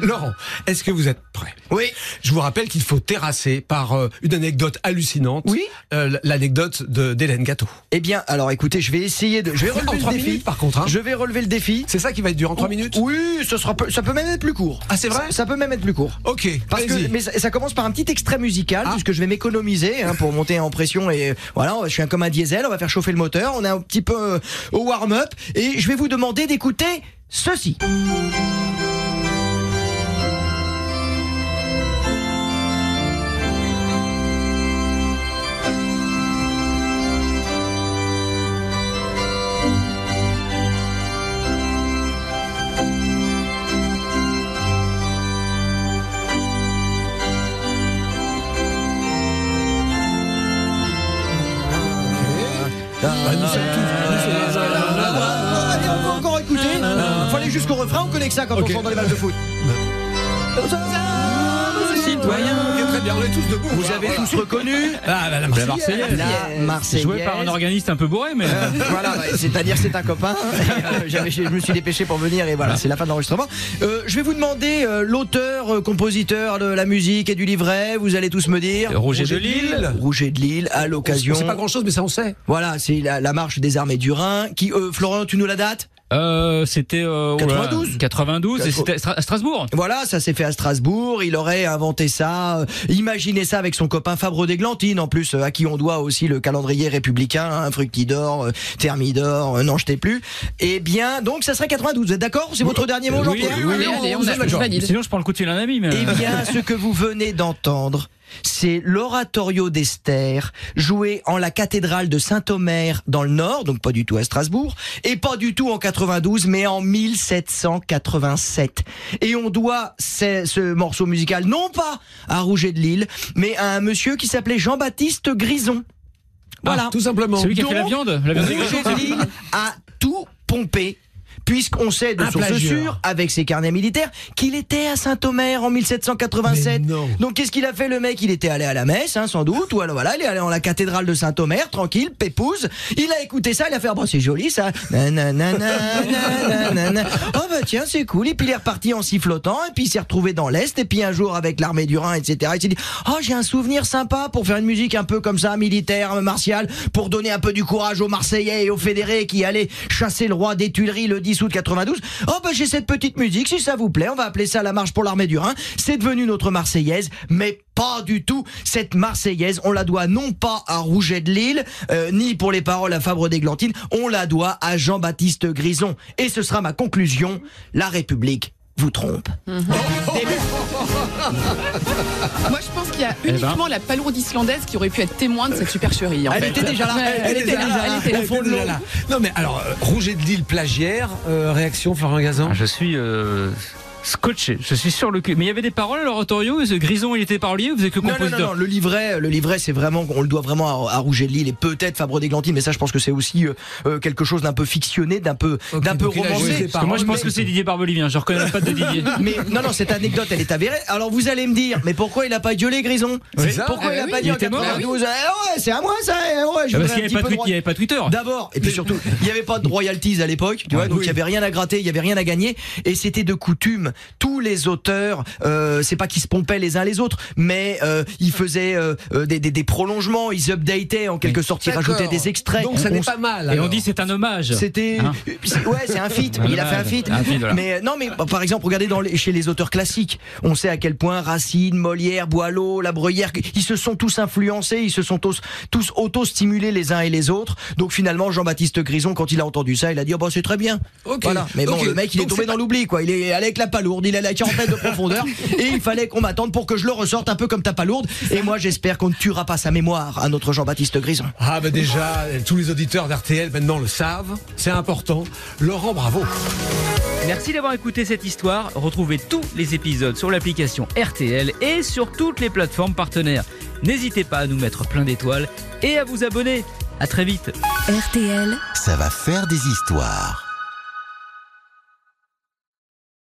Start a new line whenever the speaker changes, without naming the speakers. Laurent, est-ce que vous êtes prêt Oui. Je vous rappelle qu'il faut terrasser par euh, une anecdote hallucinante.
Oui.
euh, l- L'anecdote de- d'Hélène Gâteau.
Eh bien, alors écoutez, je vais essayer de. Je vais
En
relever le
trois
défi.
minutes, par contre, hein.
Je vais relever le défi.
C'est ça qui va être dur en 3 minutes
Oui, ce sera peu- ça peut même être plus court.
Ah, c'est vrai
ça, ça peut même être plus court.
Ok,
Parce que,
allez-y.
mais ça, ça commence par un petit extrait musical,
Ah.
puisque je vais m'économiser hein, pour monter en pression. Et euh, voilà, je suis un, comme un diesel, on va faire chauffer le moteur. On est un petit peu euh, au warm-up. Et je vais vous demander d'écouter ceci.
Euh, Bah, nous sommes tous- nous sommes-
Allez, on va encore écouter. Fallait jusqu'au refrain, on connaît que ça quand
Ok. Bah.
on chante dans les matchs de foot.
Ok, très bien, on est tous debout.
Vous avez tous reconnu
Ah, bah, la
La
Marseillaise.
Marseillaise.
la Marseillaise.
Ah, Joué par un organiste un peu bourré, mais.
Euh, voilà, ouais, c'est-à-dire c'est un copain. Et, euh, j'avais- je me suis dépêché pour venir et voilà, c'est la fin de l'enregistrement. Euh, je vais vous demander euh, l'auteur, euh, compositeur de la musique et du livret. Vous allez tous me dire.
Roger de
Lille.
Lille.
Rouget de Lille, à l'occasion.
C'est pas grand-chose, mais ça on sait.
Voilà, c'est la, la marche des armées du Rhin. Qui, euh, Florent, tu nous la dates
Euh, c'était. euh, oh là là,
92.
92, et c'était à Stra- à Strasbourg.
Voilà, ça s'est fait à Strasbourg. Il aurait inventé ça, euh, imaginé ça avec son copain Fabre d'Églantine, en plus, euh, à qui on doit aussi le calendrier républicain, hein, Fructidor, euh, Thermidor, euh, non, je t'ai plus. Eh bien, donc, ça serait 92. Vous êtes d'accord C'est votre dernier mot, Jean-Pierre
Allez, allez, on a- je valide.
Sinon, je prends le coup de fil à un ami, mais. euh,
Eh bien, ce que vous venez d'entendre, c'est l'oratorio d'Esther, joué en la cathédrale de Saint-Omer dans le Nord, donc pas du tout à Strasbourg, et pas du tout en 92, mais en 1787. Et on doit ce, ce morceau musical non pas à Rouget de Lille, mais à un monsieur qui s'appelait Jean-Baptiste Grison. Voilà.
Ah, Tout simplement.
Celui qui a fait la
Donc,
viande, la viande
Rouget de Lille a tout pompé. Puisqu'on sait de
Un
source
plagieur.
sûre, avec ses carnets militaires, qu'il était à Saint-Omer en 1787.
Mais non.
Donc qu'est-ce qu'il a fait le mec Il était allé à la messe, hein, sans doute, ou alors voilà, il est allé en la cathédrale de Saint-Omer, tranquille, pépouze. Il a écouté ça, il a fait, Ah, bon, c'est joli ça. Nanana, nanana. Oh bah tiens, c'est cool. Et puis il est reparti en sifflotant, et puis il s'est retrouvé dans l'Est, et puis un jour avec l'armée du Rhin, etc. Il s'est dit, oh j'ai un souvenir sympa pour faire une musique un peu comme ça, militaire, martiale, pour donner un peu du courage aux Marseillais et aux fédérés qui allaient chasser le roi des Tuileries le 10 août 92. Oh bah j'ai cette petite musique, si ça vous plaît, on va appeler ça la marche pour l'armée du Rhin. C'est devenu notre Marseillaise, mais pas du tout. Cette Marseillaise, on la doit non pas à Rouget de Lille, euh, ni pour les paroles à Fabre d'Églantine, on la doit à Jean-Baptiste Grison. Et ce sera ma conclusion, la République vous trompe.
Moi, je pense qu'il y a
ben.
uniquement la palourde islandaise qui aurait pu être témoin de cette supercherie. en
Elle
fait.
était déjà là,
Ouais,
elle, elle était déjà là,
elle était
au fond de l'eau.
Là, là. Non, mais alors, euh, Rouget de Lille, plagiaire, euh, réaction, Florian Gazan
Ah, Je suis euh, scotché, je suis sur le cul. Mais il y avait des paroles à l'oratorio ce Grison, il était parolier ou vous êtes que
Non, non, non,
compositeur
non, le livret, euh, le livret, c'est vraiment, on le doit vraiment à, à Rouget de Lille et peut-être Fabre d'Églantine, mais ça, je pense que c'est aussi euh, euh, quelque chose d'un peu fictionné, d'un peu,
Ok,
d'un peu
donc il a joué
romancé.
ses
Parce que moi, je pense
mais-
que c'est Didier Barbelivien, je reconnais pas de Didier. Ah,
Mais non, non, cette anecdote, elle est avérée. Alors vous allez me dire, mais pourquoi il a pas gueulé, Grison
C'est ça
Pourquoi
Ah
il a
oui,
pas
il
dit en
était mort.
92 Eh ouais, c'est à moi ça. eh ouais, je
Ah, Parce
voudrais
qu'il n'y
un petit
avait,
peu
pas tweet-
de
il y
droit-
avait pas Twitter.
D'abord, et puis surtout, il n'y avait pas de royalties à l'époque, tu vois, donc il y avait rien à gratter, il y avait rien à gagner, et c'était de coutume. Tous les auteurs, euh, c'est pas qu'ils se pompaient les uns les autres, mais euh, ils faisaient euh, euh, des, des- des prolongements, ils updataient en quelque sorte, ils
D'accord.
rajoutaient des extraits.
Donc ça n'est
On-
pas mal.
Et on
alors.
dit c'est un hommage.
c'était
Hein
c'est- ouais c'est un feat
Un
il a fait un
hommage.
feat,
Un feat, voilà.
mais euh, non mais bah, par exemple regardez dans les- chez les auteurs classiques on sait à quel point Racine Molière Boileau La Bruyère ils se sont tous influencés ils se sont tous, tous auto-stimulés les uns et les autres donc finalement Jean-Baptiste Grison quand il a entendu ça il a dit oh, bah c'est très bien
Ok.
voilà mais bon
Ok.
le mec il
Donc,
est tombé
c'est
dans l'oubli quoi il est allé avec la palourde il est à la quarantaine de profondeur et il fallait qu'on m'attende pour que je le ressorte un peu comme ta palourde et moi j'espère qu'on ne tuera pas sa mémoire à notre Jean-Baptiste Grison
Ah bah déjà, tous les auditeurs d'RTL maintenant le savent, c'est important. Laurent, bravo.
Merci d'avoir écouté cette histoire. Retrouvez tous les épisodes sur l'application RTL et sur toutes les plateformes partenaires. N'hésitez pas à nous mettre plein d'étoiles et à vous abonner. À très vite.
RTL.
Ça va faire des histoires.